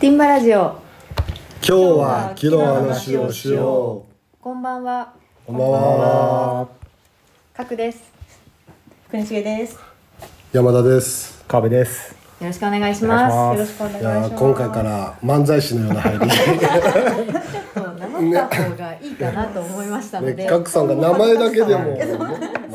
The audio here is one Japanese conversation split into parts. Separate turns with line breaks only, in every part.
ティンバラジオ
今日は木の話をしよ
こんばんは
う。こんばんは。
かくです
国重です。
山田です。
壁です。
よろしくお願いします
お願いし
よろしくお願い
い
しま
や
す。
ー今回から漫才師のような入り。
ちょっと名乗った方がいいかなと思いましたので、
ね、かくさんが名前だけでも。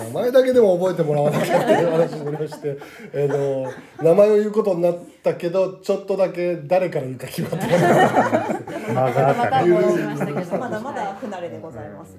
名前だけでも覚えてもらわなきゃっていう話になりまして、えの名前を言うことになったけどちょっとだけ誰から言うか決まってない
間があった
また
ね。
戻りましたけど
まだまだ不慣れでございます。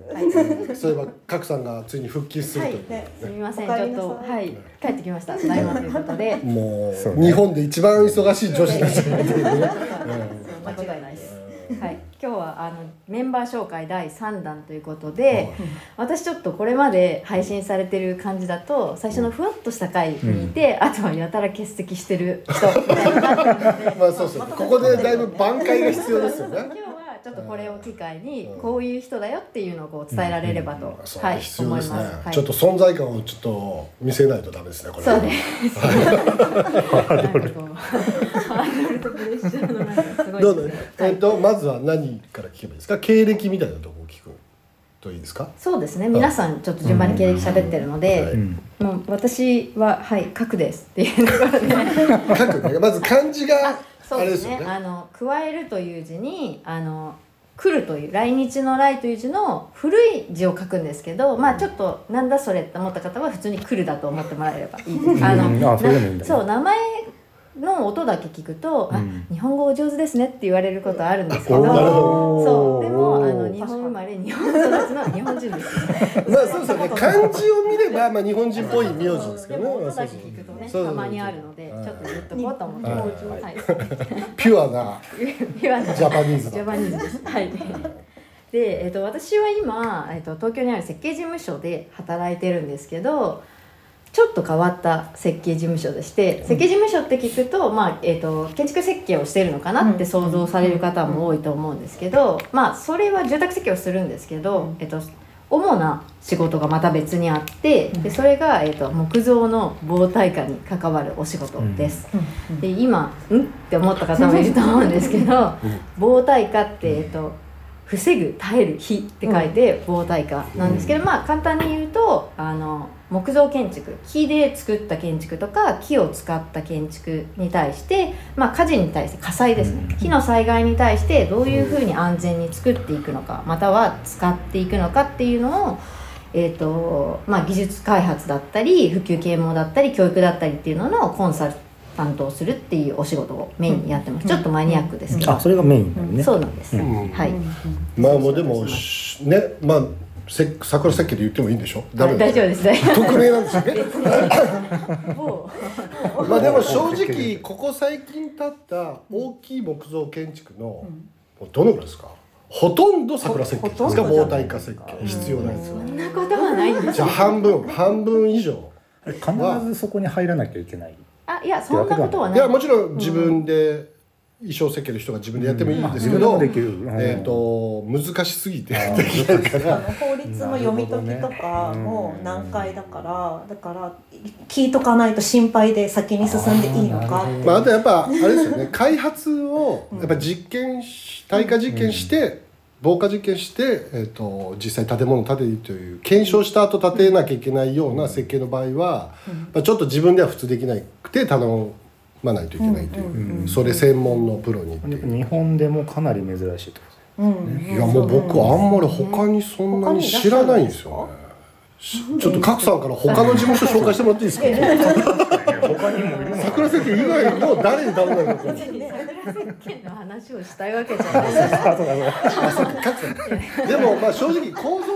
そういえばかくさんがついに復帰するという、
ね、
すみません
お帰
ちょっ
りな
と
さい
はい帰ってきましたただいまということで
もう
そうね
日本で一番忙しい女子だし
間違いないです。はい、今日はあのメンバー紹介第3弾ということで、私ちょっとこれまで配信されてる感じだと最初のふわっとした回にいて、あとはやたら欠席してる人みたいになってるので
まあそうそうここでだいぶ挽回が必要ですよね
今日はちょっとこれを機会にこういう人だよっていうのをこう伝えられればと、
そう
はい
必要
思い
で
ますす。
ね、
はい
ちょっと存在感をちょっと見せないとダメですねこれ
そうです。なんかこうハードルとプレッシャーのなんかすごい。
どうぞ
は
えっ
い。
とまずは何から聞けばいいですか経歴みたいなとこを聞くといいですか
そうですね。皆さんちょっと順番に経歴喋ってるので、
はい
うん。
もう私ははい「核です」っていうところで
書くねまず漢字が
そ
あ
う
れ
で
です
す
よ
ね
ね
あの加えるという字にあの来るという来日の来という字の古い字を書くんですけどまあちょっとなんだそれって思った方は普通に来るだと思ってもらえれば いいです。あの
うんあそれでもいいん
な
だ
そう名前の音だけ聞くと、
うん
あ日本語お上手ですねって言われることあるんですけど、
おーなるほ
ど
そうでもあの
おー
日本生まれ日本育ちの日本人です。
まあそうですよね漢字を見れば まあ日本人っぽい名字ですけ
で
ど
も
ね
音だけ聞くとね、
そうそうそう
たまにあるので、
はい
ちょっと言っとこうと思ってます。
はい
はい。
ピュアな
言わない
ジャパニーズ
ジャ
だ
パニーズです。はい。で、えっ、と私は今、えっ、と東京にある設計事務所で働いてるんですけど、ちょっと変わった設計事務所でして、設計事務所って聞くと、まあえっ、と建築設計をしてるのかなって想像される方も多いと思うんですけど、まあそれは住宅設計をするんですけど、
うん
えっ、と主な仕事がまた別にあって、でそれが、えっと木造の防耐化に関わるお仕事です。で今「ん?」って思った方もいると思うんですけど
うん
「防耐火」って、えっと「防ぐ耐える火」って書いて「防耐火」なんですけど、まあ簡単に言うとあの木造建築木で作った建築とか木を使った建築に対して、まあ、火事に対して火災ですね、
うん
火の災害に対してどういうふうに安全に作っていくのかまたは使っていくのかっていうのをえーとまあ、技術開発だったり普及啓蒙だったり教育だったりっていうののコンサルタントをするっていうお仕事をメインにやってます、ちょっとマニアックですけど、
あ、それがメインだよね。
そうなんです、
うん
はい、
まあもうでもしねまあせ桜設計で言ってもいいんでしょ
はい大丈夫
夫
です大丈
匿名なんですよね
夫も
まあでも正直ここ最近建った大きい木造建築のもうどのぐらいですかほとんど桜設計で
ほ
す
と
か
んどじゃ
防
ない
耐火設計必要なんですよ
うそんなことはないんです
じゃあ半分半分以上
あれ必ずそこに入らなきゃいけない。
あいやそんなことはいな
や
い
もちろん自分で衣装設計の人が自分でやってもいいんですけ
う
ど
ん自分でもできるうん
えっと難しすぎてできないか
あ
ら
の法律の読み解きとかも難解だから、だから聞いとかないと心配で先に進んでいいのか。
まああとやっぱあれです よね開発をやっぱ実験し耐火実験して防火実験して、えっと実際建物を建てるという検証した後建てなきゃいけないような設計の場合は、まあ、ちょっと自分では普通できなくて頼まないといけないという、それ専門のプロにっていう。
日本でもかなり珍しいってこ
うん
いやもう僕はあんまり他にそんなに知らないんですよね。しちょっと角さんから他の事務所紹介しても らっていいですか。桜設計以外の誰に頼んだのか。
世間の話をしたいわけじゃ ないです
でもまあ正直構造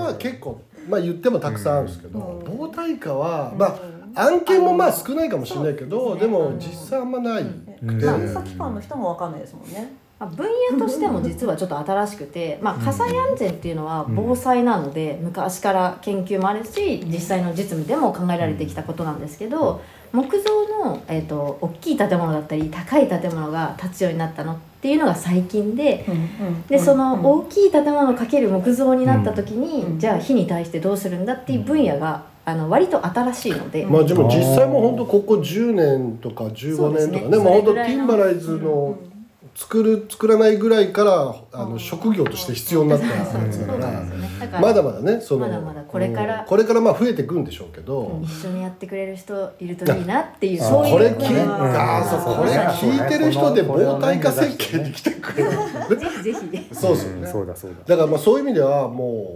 は結構、まあ言ってもたくさんあるんですけど、防体化は、まあ案件もまあ少ないかもしれないけど、
そうです
で
ね
も実際あんまない、
うん
監査機関の人もわかんないですもんね。
まあ分野としても実はちょっと新しくて、まあ、火災安全っていうのは防災なので、昔から研究もあるし実際の実務でも考えられてきたことなんですけど、木造の、えー、と大きい建物だったり高い建物が建つようになったのっていうのが最近で。でその
お
大きい建物をかける木造になった時に、
うん
じゃあ火に対してどうするんだっていう分野があの割と新しいので、
まあでも実際も本当ここ10年とか
そ
15年とかね
うですね
まあ本
それ
当
ぐらい
テ
の
ィンバライズの作る作らないぐらいからあの職業として必要になったやつだ
そう
か
な
ら
んですよねだから
まだまだねその
まだまだこれから
うんこれからまあ増えていくんでしょうけど、
一緒にやってくれる人いるといいなっていう
あ
そういう
これ
の
聞
が
い
うん
あーそうこれ聞いてる人で膨大化設計に来てくれる
ぜひぜひ
そうですよ
ん
ね
そうだそうだ
だからまあそういう意味ではも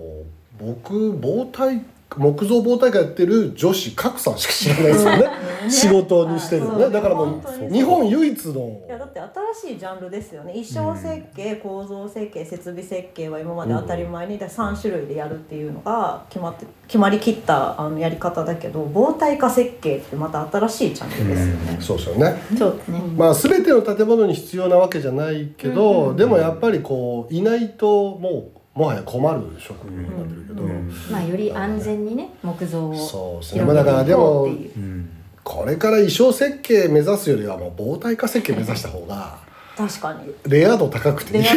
う僕膨体木造膨体化やってる女子格さんしか知らないですよね仕事にしてるの
そ
ね
う
だからも
本当
う
に
日本唯一の
いやだって新しいジャンルですよね一生設計、構造設計設備設計は今まで当たり前に3種類でやるっていうのが決まって決まりきったあのやり方だけど膨体化設計ってまた新しいジャンルですよね。
そうですよね
そうですね
まあ全ての建物に必要なわけじゃないけど、でもやっぱりこういないともうもはや困る職業になってるけど、
うん
まあより安全にね木造を
そうですねま
広
あだ
げ
から
てい
で
こ
も
うっていう
うん
これから衣装設計目指すよりはもう膨体化設計目指した方が
確かに
レア度高くていいな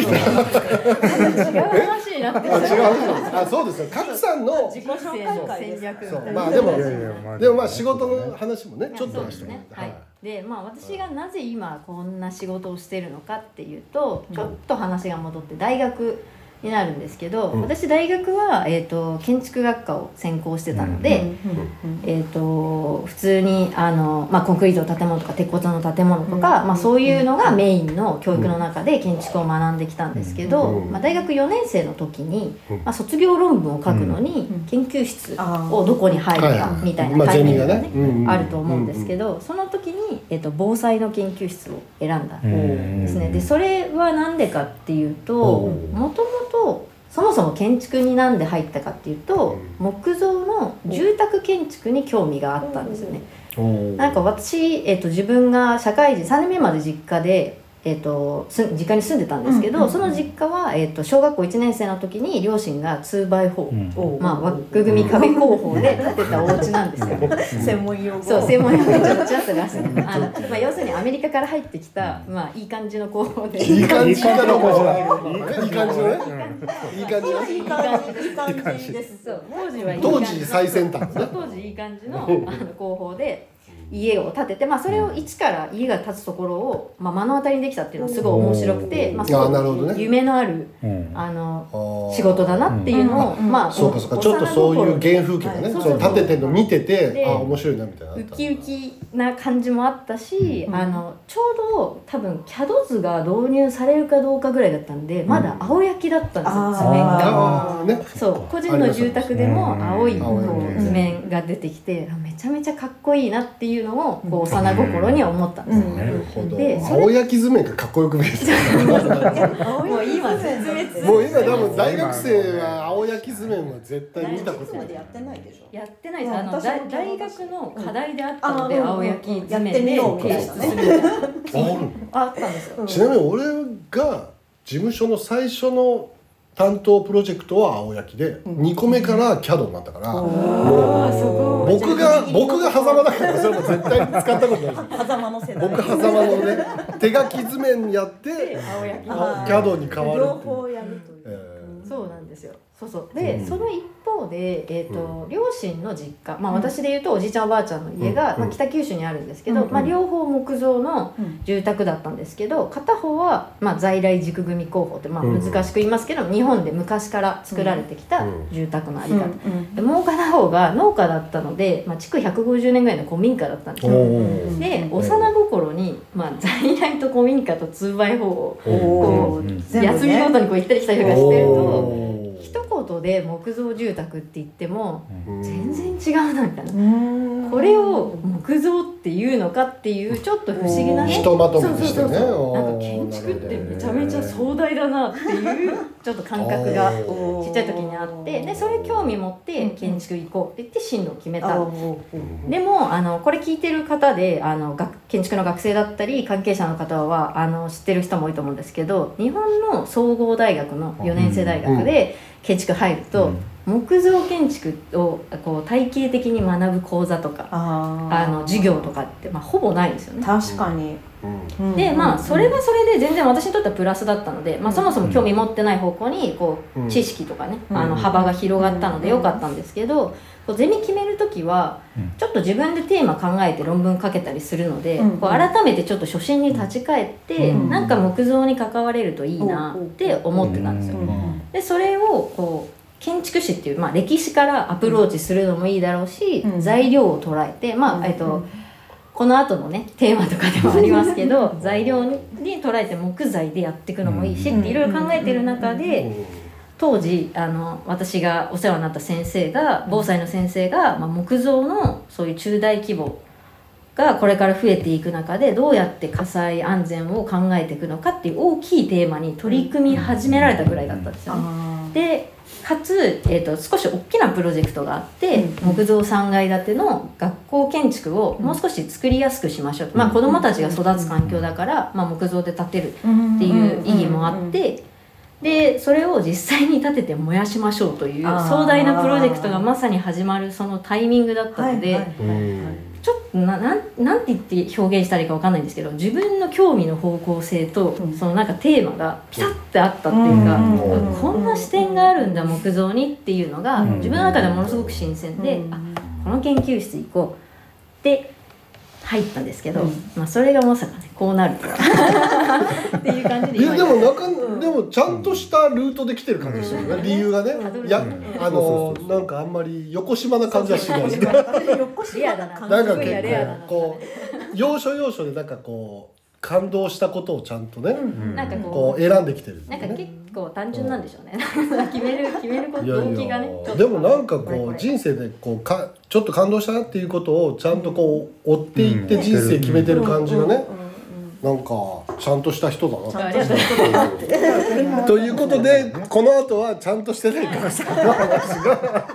違う話になって
あ違うあそうです よ賀来さんの
自己紹介会ですから
そう
そう
まあでも
いやいやまあ
でもまあ仕事の話もねちょっと
そう
は
で
し
す
てもらっ
ね
て、
は
はい
い、でまあ私がなぜ今こんな仕事をしてるのかっていうとちょっと話が戻って大学になるんですけど、
うん
私大学は、えー、と建築学科を専攻してたので、
うんうん
えー、と普通にあの、まあ、コンクリートの建物とか鉄骨の建物とか、
うん
まあ、そういうのがメインの教育の中で建築を学んできたんですけど、
うん
まあ、大学4年生の時に、
うん
まあ、卒業論文を書くのに
うん
研究室
あー
をどこに入る
はい
か
はい
みたい
ま
な
あ
タイ
ゼ
ミ
ミ
ングが
がね
ね
うんうん
あると思うんですけどその時に、えー、と防災の研究室を選んだんですね。でそれは何でかっていうと
おう
もともとそもそも建築になんで入ったかっていうと、木造の住宅建築に興味があったんですよね。
うん
なんか私、えっと自分が社会人3年目まで実家で、えっとす実家に住んでたんですけど、
うんうんうん
その実家は、えっと小学校1年生の時に両親が 2x4、
うん
おう
まあ、枠組み壁工法で建てたお家なんですよ。
専門用語
そう専門用語ちょっとちょっと出してあの、まあ、要するにアメリカから入ってきた、まあ、いい感じの工法で
いい感じだ
いい感じだ
ろ
こ
これいい感じのねいい感じの
いい感じいい感じです
そう当時はいい
当
感じ
時最先端
そう当時いい感じのあの工法で家を建てて、まあ、それを一から家が建つところを、まあ、目の当たりにできたっていうのはすごい面白くて、
うん
まあ、
いやなるほど
すご
ね
い夢のある
うん
あの
仕
仕事だなっていうのを、
うん
まあ
そうかそうかちょっとそういう原風景がね
はい
その立ててるの見てて
で
あ面白いなみたいな
ウキウキな感じもあったし、
うん
あのちょうど多分 CAD 図が導入されるかどうかぐらいだったんでまだ青焼きだったんですよ、
あー
図面が。
ああね
そう個人の住宅でも青い
うん
こう図面が出てきてあめちゃめちゃかっこいいなっていうのをこう幼心には思ったんですよ、
うん
なるほど
でそれ
青焼き図面がかっこよく見え てる
もう今絶滅
もう今多分大学生は青焼き図面は絶対見たことない
でやってないでしょ
やってないです
うん
あの
私
大
も
大学の課題であったので、
うんあー
青焼き図面
やってみ
で
ようみた
提
いな
出
ね
する
あ る
あったんですよ
うん
ちなみに俺が事務所の最初の担当プロジェクトは青焼きで、2個目から CAD になったから、
あーそこ
僕が僕が狭間だからそれも絶対に使ったことないです
狭間の世代
僕狭間のね手書き図面やって
青焼き
あー
CAD に変わる
両
っていう
方やるという、
えー
そうなんですよそうそうで、
うん
その一方で、えーと両親の実家、まあ、私で言うとおじいちゃんおばあちゃんの家が、
うん
まあ、北九州にあるんですけど、
うん
まあ、両方木造の
うん
住宅だったんですけど片方は、まあ、在来軸組工法って、まあ、
うん
難しく言いますけど、日本で昔から作られてきた
うん
住宅のあり
うん
方、でもう片方が農家だったので、まあ、築150年ぐらいの古民家だったんです
お
よ
ー
で幼心に、まあ、在来と古民家と 2x4 を
うんお
うん
ー全部
休み
ね
ごとにこう行ったり来たりとかしてると。
おー
一言で木造住宅って言っても
うん
全然違うなみたいな、
うん
これを木造っていうのかっていうちょっと不思議なね
ひとまとめにして
そう
ね
そうそうなん
お
か
ー
建築ってめちゃめちゃ壮大だなっていうちょっと感覚
なる
が
ほどね
ちっちゃい時にあってでそれ興味持って建築行こうって言って進路を決め
あ
た
ー
でもあのこれ聞いてる方であの学建築の学生だったり関係者の方はあの知ってる人も多いと思うんですけど日本の総合大学の4年生大学で建築入ると、木造建築をこう体系的に学ぶ講座とか
あー
あの授業とかって、まあ、ほぼないんですよね。
確かに
うん
うん
でまあそれはそれで全然私にとってはプラスだったので、まあ、そもそも興味持ってない方向にこ
うん
う知識とかね、
うん
あの幅が広がったので
うん
良かったんですけど、こうゼミ決める時は
うん
ちょっと自分でテーマ考えて論文書けたりするので、
うん
こう改めてちょっと初心に立ち返って、
うん
なんか木造に関われるといいなって思ってたんですよ。
うん
でそれをこう建築士っていう、まあ、歴史からアプローチするのもいいだろうし、
うん
材料を捉えて、まあえっとこの後のねテーマとかでもありますけど材料に捉えて木材でやっていくのもいいし
うん
っていろいろ考えてる中
う
で
ん
当時あの私がお世話になった先生が防災の先生が、まあ、木造のそういう中大規模がこれから増えていく中でどうやって火災安全を考えていくのかっていう大きいテーマに取り組み始められたぐらいだったんですよね。
あー
でかつ、えー、と少し大きなプロジェクトがあって、
うん
木造3階建ての学校建築をもう少し作りやすくしましょうと、まあ、子どもたちが育つ環境だから、まあ、木造で建てるっ
うん
ていう意義もあって、でそれを実際に建てて燃やしましょうという
あー
壮大なプロジェクトがまさに始まるそのタイミングだっ
は
た
い
ので、
はいはいはい
ちょっとななんなんて言って表現したらいいかわかんないんですけど自分の興味の方向性と、
うん
そのなんかテーマがピタッてあったっていうか。
んう
こんな視点があるんだ木造にっていうのが、
うん
自分の中ではものすごく新鮮で、
うん
あこの研究室行こうって入ったんですけど、
うん
まあ、それがまさかねこうなるとは っていう感じで
いや
今
でも中
うん
でもちゃんとしたルートで来てる感じですよね、
うん
理由がね、
うん
や
うん
あの
そうそうそうそう
なんかあんまり横島な感じはしない
確か によっこし
リア
や
だ
だ
な
な
なんか
すごいやレアだな
結構こう要所要所でなんかこう感動したことをちゃんとね、
うん
なんかこ
こ
う
う選んできてる、
なんか
ね
結構単純なんでしょうね 決める決めるこ
い
と
や
動機
い
がね
や
ちょっと
でもなんかこう
これこれ
人生でこうかちょっと感動したなっていうことをちゃんとこう追っていって
うん
人生決めてる感じがね、
うんうんうん
なんかちゃんとした人だな
あり がとうございます
ということでこの後はちゃんとしてないからさんの話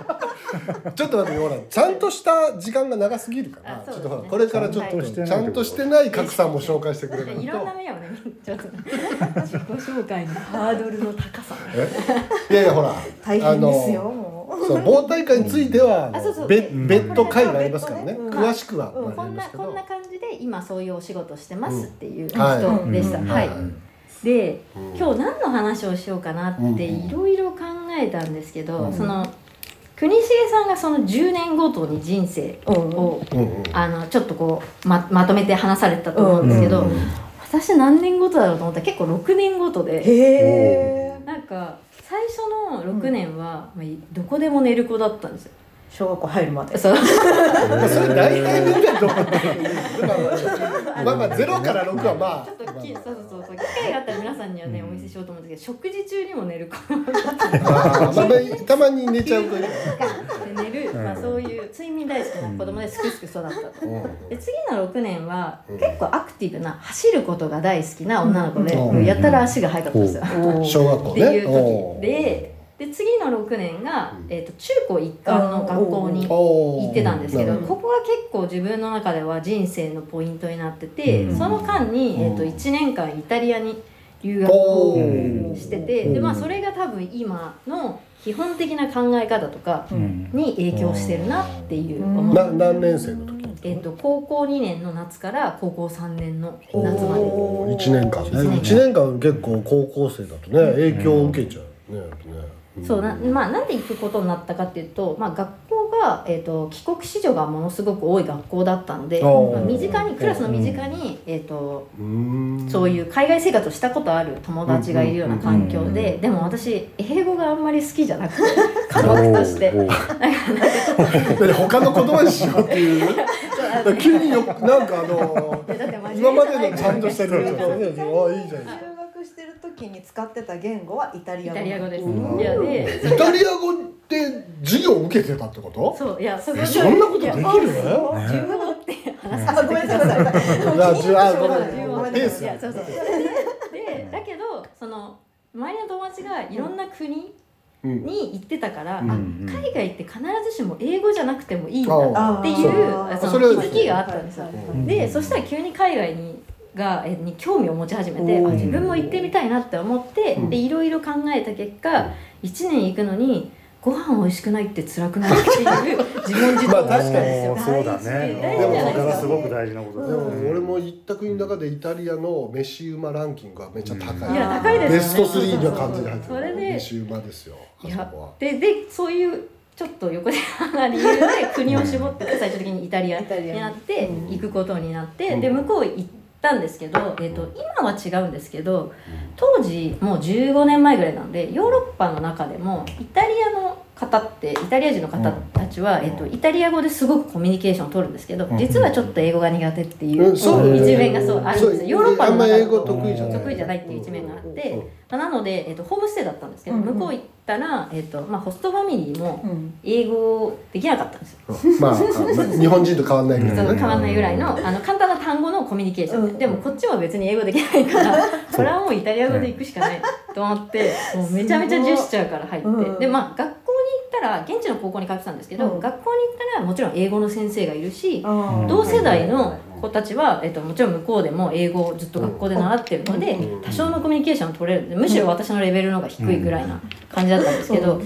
がちょっと待ってほらちゃんとした時間が長すぎるから、
あ
ち
そう
ょ
だね
っとほらこれからちょっと
はい
ちゃんとしてない角さんも紹介してくれないと
いろんな面をねちょっと自己紹介 のハードルの高さ
えいやいやほら
大変ですよもう
あのそう防大会については
あそうそう
別
うん
別途会になりますからね、
うん
詳しくは
うん
こ
な
ん
りま
な
すけど、
こんな感じで今そういうお仕事してますっていう人
うんはい
でした、
うん
はい、
うん
で
うん
今日何の話をしようかなって
うん
いろいろ考えたんですけど、
うん
その国重さんがその10年ごとに人生を、
うんうん
あのちょっとこうままとめて話されてたと思うんですけど、
うん
私何年ごとだろうと思ったら結構6年ごとで
へえ
なんか最初の6年は、まあどこでも寝る子だったんですよ。
小学校入るまで
そう
まあそれ大体みんなどう思ってるんですけどまあまあまあゼロから六はまあ
ちょっとき、そうそうそう、機会があったら皆さんにはね、
う
お
ん
見せしようと思うんですけど、食事中にも寝る子。
まあまあたまに寝ちゃうという。
寝る、
うん
まあ、そういう睡眠大好きな子供ですくすく育った。
うん
で、次の6年は、
うん
結構アクティブな、走ることが大好きな女の子で、
うん
やったら足が速かったんですよ。
小学
っ
校ね。
ていう時
おー
で、で、次の6年が
うん、
えっ、と、中高一貫の学校に。
おー
行ってたんですけど、
なるほ
ここは結構自分の中では人生のポイントになってて、
うん
その間に、えっと
うん
1年間イタリアに留学
ど
を
おー
してて、でまあ、それが多分今の基本的な考え方とかに影響してるなっていう思
な
う、
何年生の時
えっと高校2年の夏から高校3年の夏まで
おー一年間ね。一
一
年間結構高校生だとね影響を受けちゃうね。やっぱね
そうな,、まあ、なんで行くことになったかっていうと、まあ、学校が、えっと帰国子女がものすごく多い学校だったので、
おー
まあ身近にクラスの身近に、えっと
うん
そういう海外生活をしたことある友達がいるような環境
うんうん
で、でも私英語があんまり好きじゃ なくて科目として
お
で他の言葉にしようっていう。だから急によなんかあの
いやだって真面目じゃ
今ま
ない
でのちゃんとしたルートをねあいいじゃないですか。
中学してる時に使ってた言語はイタリ
イ
ア語
タリア語です、
うん
いやで
イタリア語って授業を受けてたってこと
そういやそ
えそんなことできる
いや
の
あ
中国語って話
あごめんなさい
あじゃあごめん
中
ご
国
め
語
ん
で
ペー
す
ス
い
や
やそうそうでだけどその周りの友達がいろんな国
うん
に行ってたから、
うん
あ
うん
海外って必ずしも英語じゃなくてもいいんだ
あ
あー
っていう
あ
そ
それは
の
で
気
すね
づきがあったんですよ
はい
うん
でそしたら急に海外にがえに興味を持ち始めて
おー
あ自分も行ってみたいなって思って、
うん
でいろいろ考えた結果1年行くのにご飯美味しくないって辛くないっていう自問自
ま
答
あ
を
確かに
ですよ
そうだ
大
ね
事じゃないですか
それがすごく大事なことだ
で
よ
も
ね
俺も一択の中でイタリアの飯うまランキングはめっちゃ高い、
いや高いですよね
ベスト3な感じで入って
それ
る
で
飯うまですよあ
い
そ
や
こは
ででそういうちょっと横でな理由で国を絞って最終的にイタリア
イタリア
になって
うん
行くことになって、
うん
で向こう行ったんですけど、えっと今は違うんですけど当時もう15年前ぐらいなんでヨーロッパの中でもイタリアの方ってイタリア人の方たちは、えっとイタリア語ですごくコミュニケーションを取るんですけど、
うん
実はちょっと英語が苦手っていうう、
ん
一
そう
面がそうあるんですよヨーロッパ
あ
の
んま
中
英
だ
語
と
得意じゃない
得意じゃないっていう一面があって、
うん
まあなので、えっとホームステイだったんですけど、
うんうん
向こう行ったら、えっとまあ、ホストファミリーも
ん
英語できなかったんですよ、
まあまあ日本人と変わんないぐ
そ
ら
の
い
変わ
ね
んないぐらいのあの簡単な単語のコミュニケーションで、
うん
でもこっちは別に英語できないから
う
これはもうイタリア語で行くしかないと思ってもうめちゃめちゃジェスチャーから入って、
すごいうん
でまあ学校に行ったら現地の高校に通ってたんですけど、
うん
学校に行ったらもちろん英語の先生がいるし、
あ
同世代の子たちは、えっと、もちろん向こうでも英語をずっと学校で習ってるので、
うん
多少のコミュニケーションは取れるんでむしろ私のレベルの方が低いぐらいな感じだったんですけど、
うん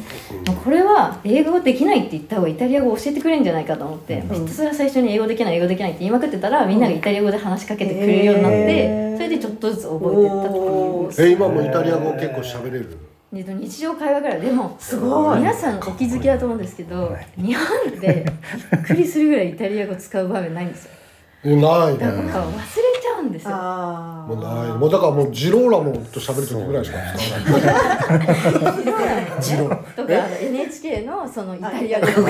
もうこれは英語できないって言った方がイタリア語教えてくれるんじゃないかと思って、
う
ひ
ん
たすら最初に英語できない英語できないって言いまくってたらみんながイタリア語で話しかけてくれるようになって、
へー
それでちょっとずつ覚えてったっていう
おー
え今もイタリア語結構喋れる
えっと日常会話ぐらいでも
すごい
皆さんお気づきだと思うんですけど日本でびっくりするぐらいイタリア語使う場面ないんですよ
えない
だから忘れ
ね
ちゃうんですよ
あ
もうないもうだからもうジローラモと喋る時ぐらいしか使わない
ジロとかあの NHK のそのイタリア語の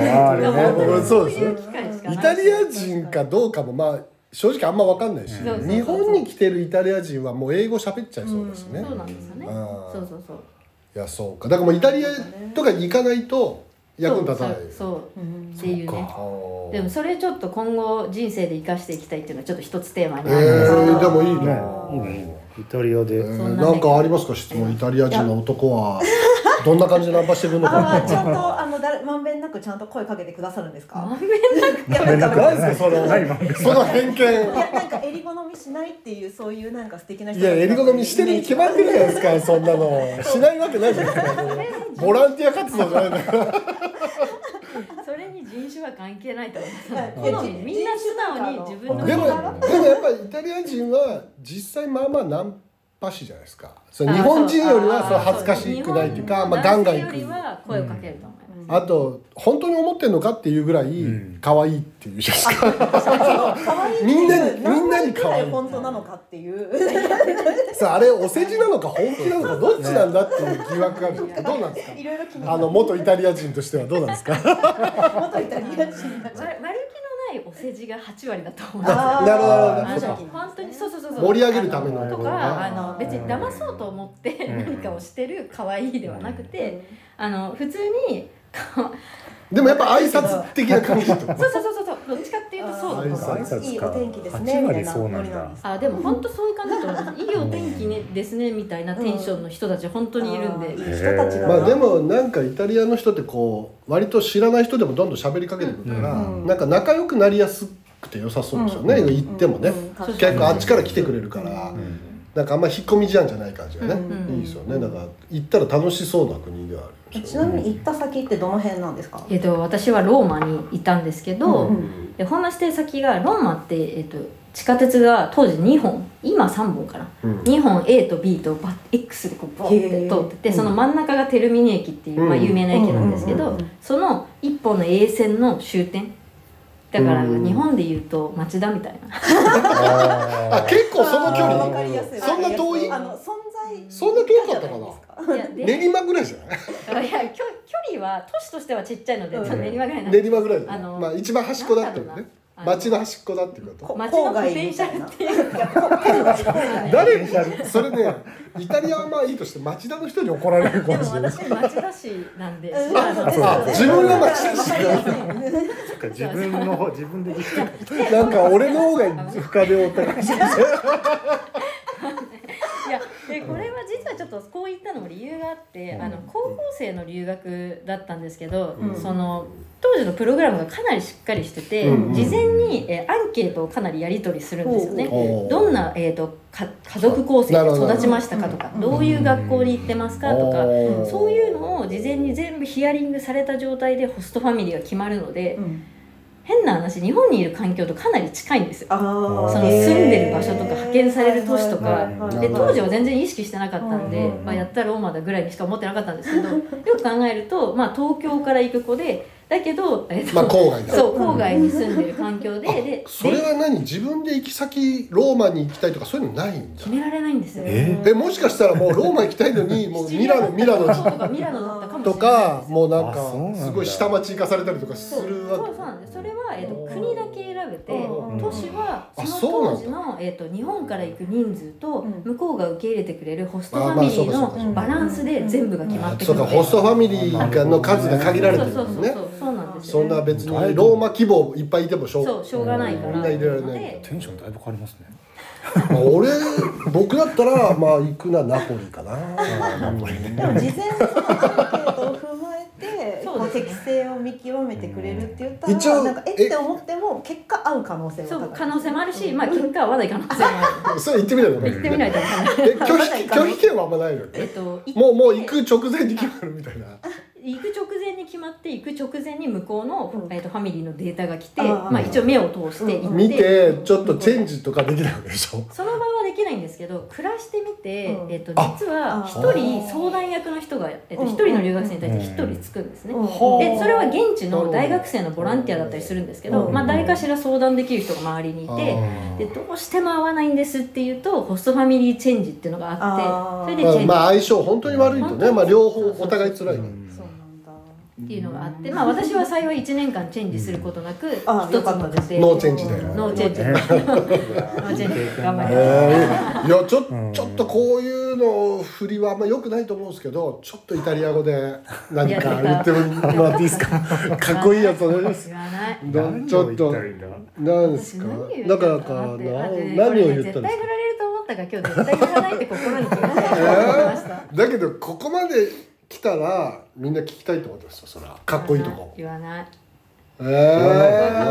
あ
あれね
本当にそう
そう
いう機会しかない
イタリア人かどうかもまあ正直あんま分かんないし
そうそうそう
日本に来てるイタリア人はもう英語喋っちゃいそうだしね
そうなんですよね
あー
そうそうそう
いやそうかだからもうイタリアとかに行かないと役に立たない
そうそううんっていうね
う
でもそれちょっと今後人生で生かしていきたいっていうのはちょっと一つテーマに
え
なるんですけど、
ー、でもいいね
いいねいいねイタリア
え
で
ー
そんなね
なんかありますか質問イタリア人の男はどんな感じでナンパしてくるのか
あーちゃんとあのだれまんべんなくちゃんと声かけてくださるんですか
まん
いや
連
なん
絡
か
何ですかその
何今
その 偏
い
見
やなんか襟好みしないっていうそういうなんか素敵な人
いや襟好みしてるに決まってるじゃないですかそんなのしないわけないじゃないですか ボランティア活動じゃないんだから
それに人種は関係ないと思
はい
うんですよみんな素直に自分の
でも
こと
でもやっぱりイタリア人は実際まあまあナンパ師じゃないですかその日本人よりはその恥ずかしくないというかまあ、ガンガン行
男性より
く
は声をかけると思います、
あと本当に思ってんのかっていうぐらい
ん
可愛いっていうじゃないですか、
可愛い
みんなにみんなに
可
可愛
愛
い
い本当なのかっていう
さああれお世辞なのか本気なのかどっちなんだっていう疑惑があるんですけどどうなんですか
いろいろ気にな
あ
る
の元イタリア人としてはどうなんですか なる
元イタリア人に
わ割
なっちゃう
る気のないお世辞が8割だと思うんですよ
あー
ほど
あの
なるほど
本当にそうそうそうそう
盛り上げるための
とかあの別に騙そうと思って
うん
何かをしてる可愛いではなくてあの普通にか
でもやっぱ挨拶的な感じとか
そうそうそうそうそうどっちかっていうとそうだと思い
あー
ます
挨拶か
いいお天気ですね
8
みた
割
いな
そうなんだ
ノリなんです
あでも本当そういう感じだと思いますいいお天気ねですねみたいなテンションの人たち本当にいるん
あー
で
いい人たちだな
まあでもなんかイタリアの人ってこう割と知らない人でもどんどん喋りかけてくるから、
うん
なんか仲良くなりやすくて良さそうですよね、
うん
行ってもね、
うんうん
結構あっちから来てくれるから、
うん
なんかあんま引っ込み思案じゃない感じがね、
うん
いいですよねだから行ったら楽しそうな国ではあるんです
ち
よ
な
ね
みに行った先ってどの辺なんですか
えっと私はローマにいたんですけど、
うん
でホームステイ先がローマって、えっと地下鉄が当時2本今3本かな
うん
2本 A と B とバ X でこうボーって通っててその真ん中がテルミニ駅っていう、まあ、
うん
有名な駅なんですけど、
うん
その1本の A 線の終点だから
うん
日本でいうと町田みたいな
あ結構その距
あーわかりや
離
す
そんな遠い
あの存在
そんな遠かったかない
やで
練馬ぐらいじゃない
いや距距離は都市としてはちっちゃいので、
うん
ちょっと練馬ぐらいなんで
練馬ぐらいじ
あ
ゃない
の
まあ一番端っこだっていうね
あの
町の端っこだっていうこと
こ
街のポテンシャルっていうか
誰それねイタリアはまあいいとして町田の人に怒られるか
で
も
も
しれな
私
い
町田市なんで、
うん
あの
あそう
あ自分が町田市だ
そっか自分の方自分でできてる
なんか俺の方が深手を負った感じ
いやでこれは実はちょっとこういったのも理由があって、
うん
あの高校生の留学だったんですけど、
うん
その当時のプログラムがかなりしっかりしてて、
うん
事前に、えーアンケートをかなりやり取りするんですよね。
おー
どんな、えー、とか家族構成で育ちましたかとか
なる
ど
ほど
ういう学校に行ってますかとか
おー
そういうのを事前に全部ヒアリングされた状態でホストファミリーが決まるので
うん
変な話日本にいる環境とかなり近いんですよ。
あー
その
へー
住んでる場所とか派遣される都市とか
はいはいはいはい
で当時は全然意識してなかったんで、
うんうんうん
まあ、やったらローマだぐらいにしか思ってなかったんです けどよく考えると、まあ、東京から行く子でだけど、えっと
まあ郊外だ
そう郊外に住んでる環境で
あ
で
それ
で
は何自分で行き先ローマに行きたいとかそういうのないんだ
決められないんですよ。
え
えもしかしたらもうローマ行きたいのに もうミラノミラノ
そうとかミラノだったかもしれない
とかもうなん
あそうなん
か
だ
すごい下町行かされたりとかす
そう
る
そう
わ
そうなんですそれは、えっと国だけ選べて
うん
都市はそ
あそうな
の
ん
当
だ
時の、えっと日本から行く人数と
うん
向こうが受け入れてくれるホストフ
あ
ァ
まあ
ミリー
そうかそうか
そう
の
か
バランスで全部が決まっ
け
てく
そう
る
か
ので
ホストファミリーの数が限られてる
そ
も
うそうそう
んね
そうそうなんです
そ
よ
んな別にローマ希望いっぱいいてもしょう
そうしょうがないから
みんな入れられない
で
テンションだいぶ変わりますね。
まあ俺僕だったらまあ行くなナポリかな
でも事前のそのアンケートを踏まえて
そう
こう
ですね
適性を見極めてくれるって言った
一応
らなんかえ
え
って思っても結果合う可能性は
そ
高いう
可能性もあるし、まあ、結果は合わない可能性もあ
それ行ってみないの
る行ってみないと分かんない
え拒否拒否権はあんまないの
えっ
ね
と行って
もうもう行く直前に決まるみたいな
行く直前に決まって行く直前に向こうの、
うん
えっとファミリーのデータが来て
あー
まあ、一応目を通して行って、
うん
見てちょっとチェンジとかできないわけでしょ
その場はできないんですけど暮らしてみて、
うん
えっと
あ
実は
あ
一人相談役の人が、えっと
うん
一人の留学生に対して一
うん
人つくんですね。
うん
でそれは現地の大学生のボランティアだったりするんですけど、
うん
まあ、誰かしら相談できる人が周りにいて。でどうしても合わないんですっていうとホストファミリーチェンジっていうのがあ
あー
ってそれでチェ
ま
ンジ、
あまあ相性本当に悪いと
本当
ね
に
まあ両方お互い辛いね
そうなんだ
っていうのがあって、まあ、私は幸い1年間チェンジすることなく一つ
あーよかった
の
で
家
す
庭
ノーチェンジだよね
ノーチ ェンジ
ね
ノーチェンジ頑張ります
えーいやちょ
うん
ちょっとこういうの振りはあんま良くないと思うんですけどちょっとイタリア語で何か言ってもらっていいですかか っこいいやつお願いします
言わない
な ちょっと
何を言ったらいいんだ
何です
私
か
何を言
だ
っ
か
た
ら
の
か
かな
な
ってあとね
何を
これね
言ったん
絶
で
対
す
振
から
れると思ったから今日絶対振らないって心に決めました
えーだけどここまで来たらみんな聞きたいってことですよそれはかっこいいとこ
言わない
え
言わな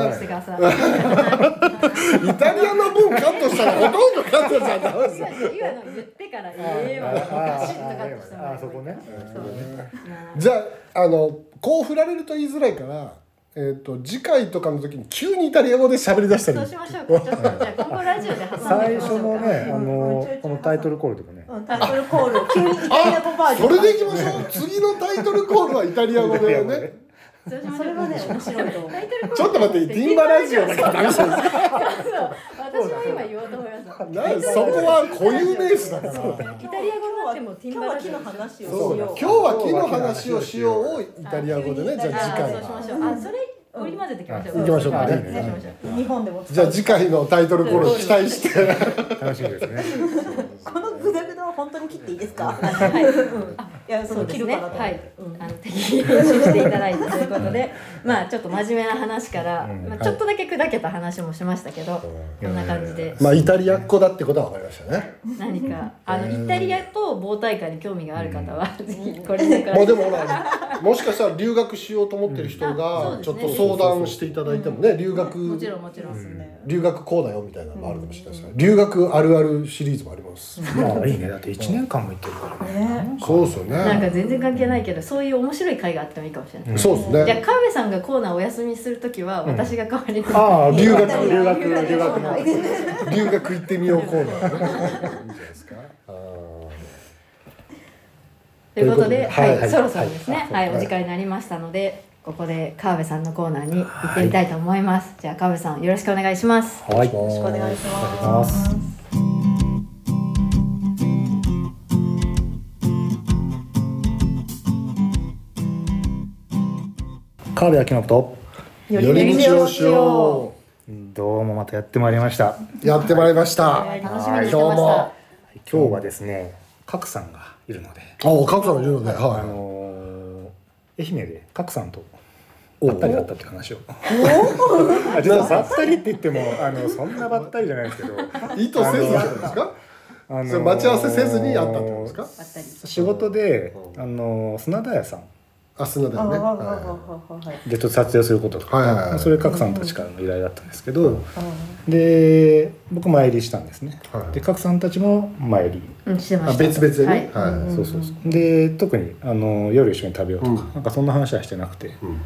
い
ー
してください今
イタリアの分カットしたらほとんどカットされたんですよ
今の言ってからええわガシッとカットしてもらえばいい
あそこね
そう言わない
じゃああのこう振られると言いづらいから、えー、と次回とかの時に急にイタリア語で喋り出したり
そうしましょうかちょっとじゃあ今後ラジオで挟んでみましょうか
最初のね、あの
うん、
このタイトルコールとかね。
うんタイトルコール急にイタリア語バージョ
そ
ン
れでいきましょう次のタイトルコールはイタリア語だよね。
そうしましょう
それはね面白いと思う
タイトルコール
ちょっと待ってディンバラジオだからダメじゃないですか
そう私は今言おうと思いました
なんそこは固有名詞だから
イタリア語になってもティン
今
バ
日
ラ
は
ジ
木
オ
の話
そう
をし
だ今
よ
日
う
は木の話をしようをイタリア語でねじゃあ
あ
次
そう
回
しましょうあそれ織り交ぜていきましょう
行きましょうかね
そうしましょう
日本でも使う
じゃあ次回のタイトルコールを期待して
楽しみですね。
このグダグダは本当に切っていいですか
はい
うんいやそ
そう
の
で
切
す
る
ね。
かなと思
は
っ
い
てうん、
あの適宜練習していただいてということで、まあちょっと真面目な話から、
うん
まあ
はい
ちょっとだけ砕けた話もしましたけど、こんな感じで
まあイタリアっ子だってことは分かりましたね
何かあ
え
の
ー
イタリアと棒大会に興味がある方は、ぜひこれでく
まあ
ら
でもほらもしかしたら留学しようと思ってる人
うん
が
あ
ち
そ
ょ
う
っ
です
と
ね
相談していただいてもね留
も
学
ちろんもちろん。
そうですね
留学こうだよみたいなのもあるかもしれないですね留学あるあるシリーズもあります
まあいいね。だって一年間も行ってるからね。
ね
そうですよ
なんか
ね
全然関係ないけど、そういう面白い会があってもいいかもしれない。
そうです
じゃあ
ね
川辺さんがコーナーお休みするときは、私が代わりに。
ああ、留学、留
留
学
学、
留学
は
の
い。
留学行ってみようコーナ ーねいいんじゃないですかあ
ということで、
と
は
いうこ
い、
とではい
そろそろですね、
は
はいい、
はい
お時間になりましたので、ここで川辺さんのコーナーに行ってみたいと思います。じゃあ川辺さん、よろしくお願いします。
ー
はい
よろしく
お願いし
ま
ますす。
川辺明信と。
寄り道をしよ
どうもまたやってまいりました。
うやってまいりました
はい
今
楽しみにして
日
ました
も。
今日はですね、角さんがいるので、
あ角さんがいるので
あ
は
のー、愛媛で角さんと。ばったりだったって話を。あ、実はばったりって言っても、あの、そんなばったりじゃないですけど。
い意図せずじゃないですか
あのー
それ待ち合わせせずに会ったってことですか
あったり
仕事で、
うん
あのー砂田屋さん
あ砂だ
あ
よね
ああああ
は
あはい
でちょっと撮影することとか、
はいはいはい
それ賀来さんたちからの依頼だったんですけど、
うん
あ
で僕参りしたんですね、
はい
で賀来さんたちも参り、
うんしてま
あ
した
別々で
はい
ねはい
うん
そうそうそうで特にあのー夜一緒に食べようとか、
うん
なんかそんな話はしてなくて、
うん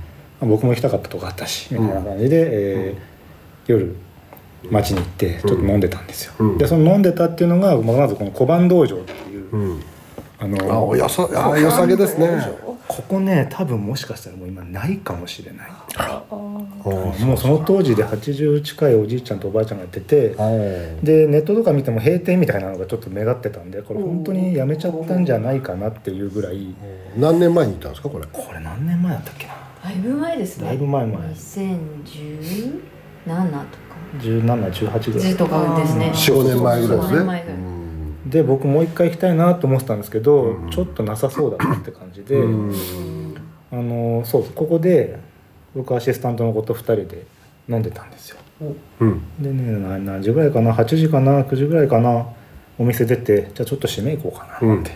僕も行きたかったとこあったしみたいな感じで、えー夜街に行ってちょっと飲んでたんですよ、
うん
でその飲んでたっていうのがまあまずこの小判道場っていう、
うん
あの
あおよそあよさげですね
ここね多分もしかしたらもう今ないかもしれない
おー
もうその当時で80近いおじいちゃんとおばあちゃんがやってて
おー
でネットとか見ても閉店みたいなのがちょっと目立ってたんでこれ本当にやめちゃったんじゃないかなっていうぐらい
何年前に行ったんですかこれ
これ何年前だったっけな
だいぶ前ですね
だいぶ前前
2017とか
1718ぐらい
ずとかですね
45年前ぐら
そ
いです
うそうそう四
ね
年前ぐらい
うん
で僕もう一回行きたいなと思ってたんですけど、
うん
ちょっとなさそうだなって感じで、
うん
あのそうここで僕アシスタントの子と2人で飲んでたんですよ
うん
でねな何時ぐらいかな8時かな9時ぐらいかなお店出てじゃあちょっと締め行こうか
う
ななんんて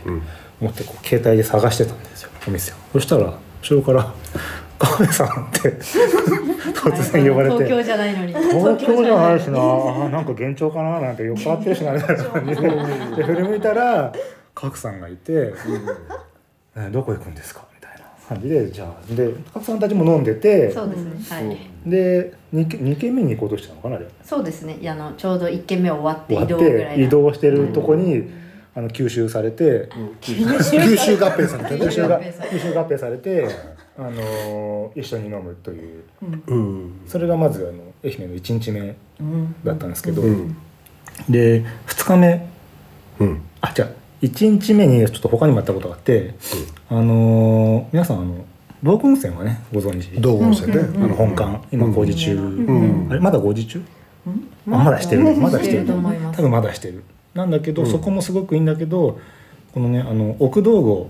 思ってこう携帯で探してたんですよお店をそしたら後ろから「カメさん」って 突然呼ばれ
東京
て。
じゃないのに
東京じゃないしなあなんか幻聴かななんて酔っ払ってるしなみたいな感じ でで振り向いたら賀来さんがいて「ねどこ行くんですか?」みたいな感じでじゃあで賀来さんたちも飲んでて
そうですねはい、
で 2, 軒目に行こうとしてたのかなあれ
そうですねいやあのちょうど一軒目終わって
終わ
移
っ
動ぐらい
て
の
移動してるとこに、あの吸収されて
吸収合併されてね
吸
吸
収
収
が
合
吸収合併されて、あのー一緒に飲むという
うん
それがまずあの愛媛の1日目だったんですけど、
うん
で2日目
うん
あじゃ1日目にちょっと他にもやったことがあって、あのー皆さんあの道後温泉はねご存知
道後温泉ね
うんうん
あの本館、今工事中、
ん
あれまだ工事中
うん
あまだしてるまだして
して
る
ると思います
多分まだしてるなんだけど、
うん
そこもすごくいいんだけどこのねあの奥道後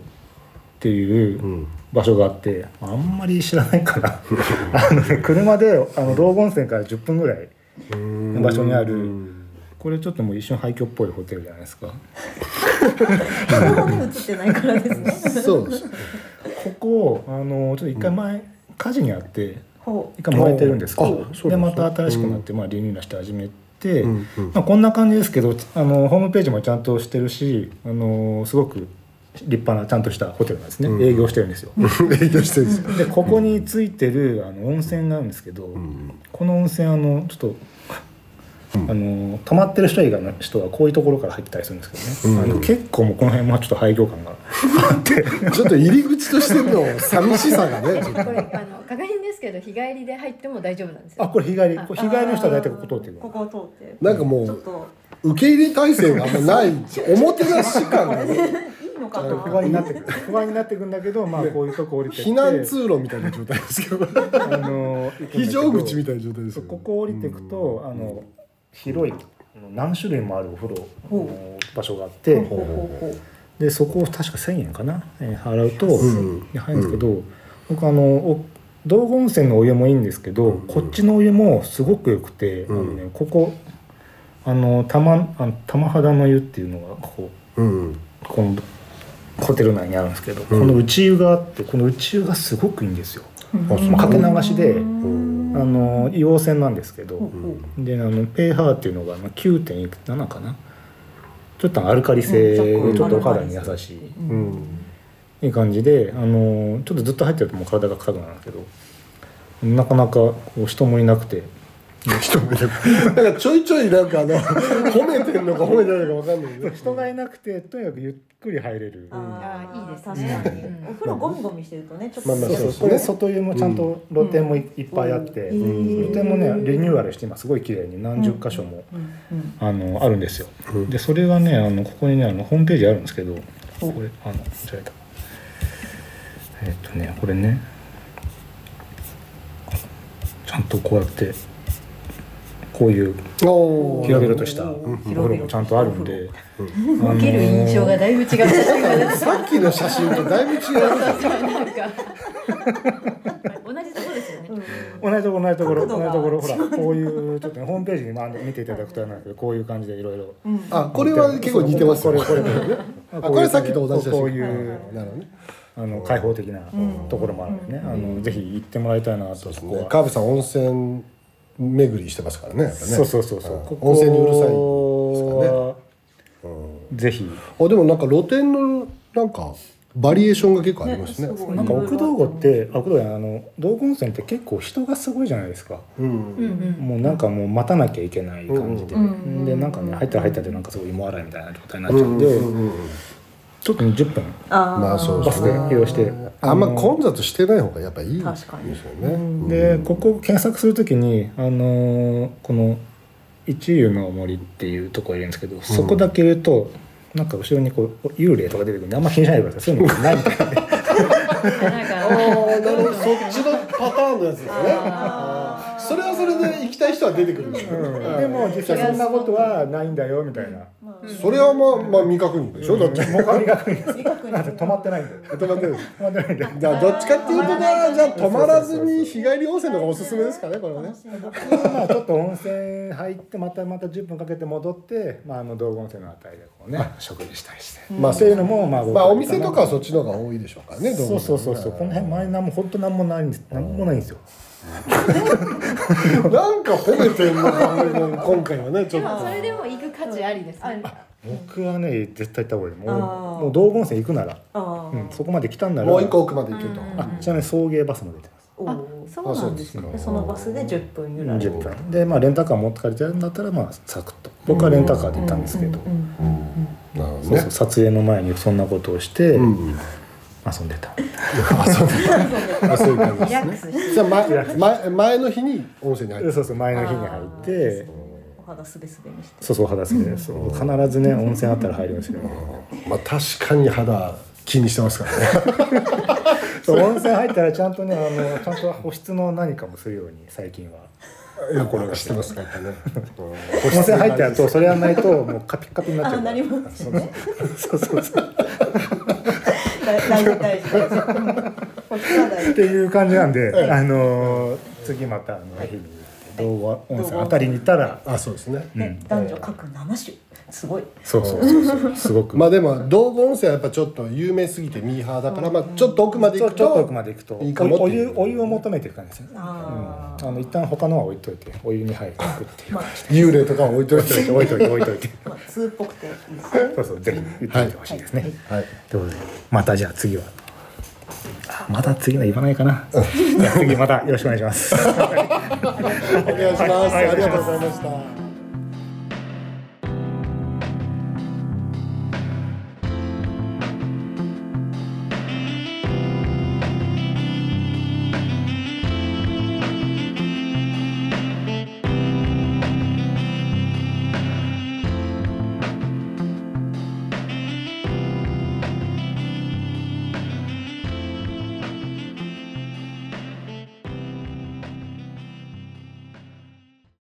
っていう
う
うん場所があってあんまり知らないか なあのね車であの道後温泉から10分ぐらい
うん
場所にあるこれちょっともう一瞬廃墟っぽいホテルじゃないですか
顔もね映ってないからですね
そうです
ここあのちょっと一回前、火事にあって
ほう
一回燃えてるんですけ
あそう
ど
なんですね
でまた新しくなって、まあ、リニューアルして始めて、
うんうん
まあ、こんな感じですけどあのホームページもちゃんとしてるしあのすごく立派なちゃんとしたホテルなんですね、
うん
営業してるんですよ。
営業してるんですよ
でここについてるあの温泉なんですけど、この温泉あのちょっと。あの泊まってる人以外の人はこういうところから入ってたりするんですけどね、
うん
あの結構もうこの辺もちょっと廃墟感があって
ちょっと入り口としての寂しさがねちょっ
ことれあの確認ですけど日帰りで入っても大丈夫なんです
あ
よ
これ日帰りこれ日帰りの人は大体ここ通ってる
ここを通って
なんかも
ちょっ
う
と
受け入れ体制があんまないおもてなし感が
いいのか
不安
な
になってくる 不安になってくんだけどまあこういうとこ降りてって
避難通路みたいな状態ですけど
あの行くんだけど
非常口みたいな状態です
そ
よ
う
ね
ここ降りていくと、あの広いあの何種類もあるお風呂
ほう
の場所があって、
ほうほうほう
でそこを確か1,000円かな、えー払うと、
うん
入るんですけど、僕あのお道後温泉のお湯もいいんですけど、こっちのお湯もすごく良くて、
ん
あのね、ここあの玉あの玉肌の湯っていうのがここ
うん
このホテル内にあるんですけど、この内湯があってこの内湯がすごくいいんですよ、
うん
まあ、かけ流しで、
うん
あの硫黄泉なんですけど、
ほうほう
であの pH っていうのがまあ9.7かなちょっとアルカリ性で、
うん
ちょっとお肌に優しい、
うん
いい感じであのちょっとずっと入ってるともう体が硬くなるんですけどなかなかこう人もいなくて
人もいなくなんかちょいちょいなんかあの褒めてんのか褒めてないのかわかんないね
人がいなくてとにかくゆっくり入れる。
あー
いいです
確
ね
かに
うん
お風呂ゴミゴミしてるとねちょっと
まあまあ
そう
そ
そうう
そ
こ
う
れ外湯もちゃんと露店もい,、いっ
うん
ぱいあって、
うん
露店もねリニューアルして今すごい綺麗に何十箇所も、
うんうん
あのあるんですよ、
うん
でそれがねあのここにねあのホームページあるんですけどこれあの間違えたえっとねこれねちゃんとこうやってこういう
おー
広々としたお
ん
風呂もちゃんとあるんで、あの
受ける印象がだいぶ違う写真が出て
さっきの写真とだいぶ違う
なんか同じとこですよね、
同じところ同じところ同
角度
じ
が
ところほらこういうちょっとねホームページにまあ見ていただくとあれなんだけどこういう感じでいろいろ
うん
あこれは結構似てます
こ
よ
れこれこれ
あこれさっきと同じ写真
こういう
なるほどね
あの開放的なところもあるんでねあのぜひ行ってもらいたいなとそこ
ね
は
カーブさん温泉巡りしてますからねやっぱね
そうそうそうそうんここ
温泉にうるさいですからね
はぜひ
あでもなんか露店のなんかバリエーションが結構ありますね
ねすごい
なんか奥道後ってあ奥道後じゃないあの道後温泉って結構人がすごいじゃないですか
うん
うんうん
もうなんかもう待たなきゃいけない感じで、
うん
でなんかね入ったら入ったでなんかすごい芋洗いみたいな状態になっちゃうんで、
うん
ちょっと20分
あー
まあそう
バスで移動して
あんま混雑してない方がやっぱいいです
確か
よ
に
ねうん
でここ検索するときに、あのーこの一遊の森っていうとこいるんですけどそこだけ入れると、なんか後ろにこう幽霊とか出てくるんであんま気にしないでくださいそういうのないみたいで
な
あ
んか
ーなるほどそっちのパターンのやつですね
あ
それはそれで行きたい人は出てくるんですよ
うんでも実際そんなことはないんだよみたいな。
それはまあまあ未確認でしょだって
もう神が来るんです
正確に
だって止まってないんだよ
止まってるんです
止まってないんだよ
じゃあどっちかっていうとね
あー
じゃあ止まらずに日帰り温泉の方がおすすめですかねこれはね
まあちょっと温泉入ってまたまた10分かけて戻って、まあ、あの道後温泉のあたりでこうね食事したりして、
まあ
そういうのもまあ僕
まあお店とかはそっちの方が多いでしょうからね
そうそうそうそうこの辺前なんも本当なんもないんですなんもないんですよ
辺なんか褒めてんのか今回はねち
で
ょっと
もそれでも行く価値ありですね
僕はね絶対行った方がいいもう
あー
もう道後温泉行くなら、
あ
うん、そこまで来たんなら
もう一個奥まで行けと
うん
あちなみに送迎バスも出てます
お
あ
ー
そうなんです
か
でそのバスで10分ぐらい
10分で、まあ、レンタカー持って帰りたいんだったらまあサクッと僕はレンタカーで行ったんですけど、
うん
なるほど
そう
ね
そう撮影の前にそんなことをして遊
うん
んでた、
まあそういう感じ
リラックスして
じゃあ前前前の日に温泉に入って
そうそう前の日に入って
お肌すべすべにして
そうそう肌好きですそう必ずね温泉あったら入るんですよ
まあ確かに肌気にしてますからね
そう温泉入ったらちゃんとねあのちゃんと保湿の何かもするように最近は
心がしてますからね
温泉入ったらとそれやんないともうカピッカピになっちゃ
あ
うか
な
ら
りますよね
そうそうそう
大大事大事大事こっちは大
っ
事
ていう感じなんであの次またあの愛媛に行って道後温泉あたりに行ったら
あそうですね
ね男女各7種すごい
そうそうそうそうすごく
まあでも道後温泉はやっぱちょっと有名すぎてミーハーだからまあちょっと奥まで
ち
行
ょ
く
ちょっと奥ま
と
で行くと
いいかもって
おお
い
湯
う
お湯を求めていく感じですね
あ
あの一旦他のは置いといてお湯に入っていくっていう
まあ
幽霊とかは置いといて
置いといて置いといて
ーまあ通っぽくていいです
そうそうぜひ行ってみてほしいですね、
はい
ということでまたじゃあ次はあまた次の言わないかなじゃあ次またよろしくお願いします
お願いしますありがとうございました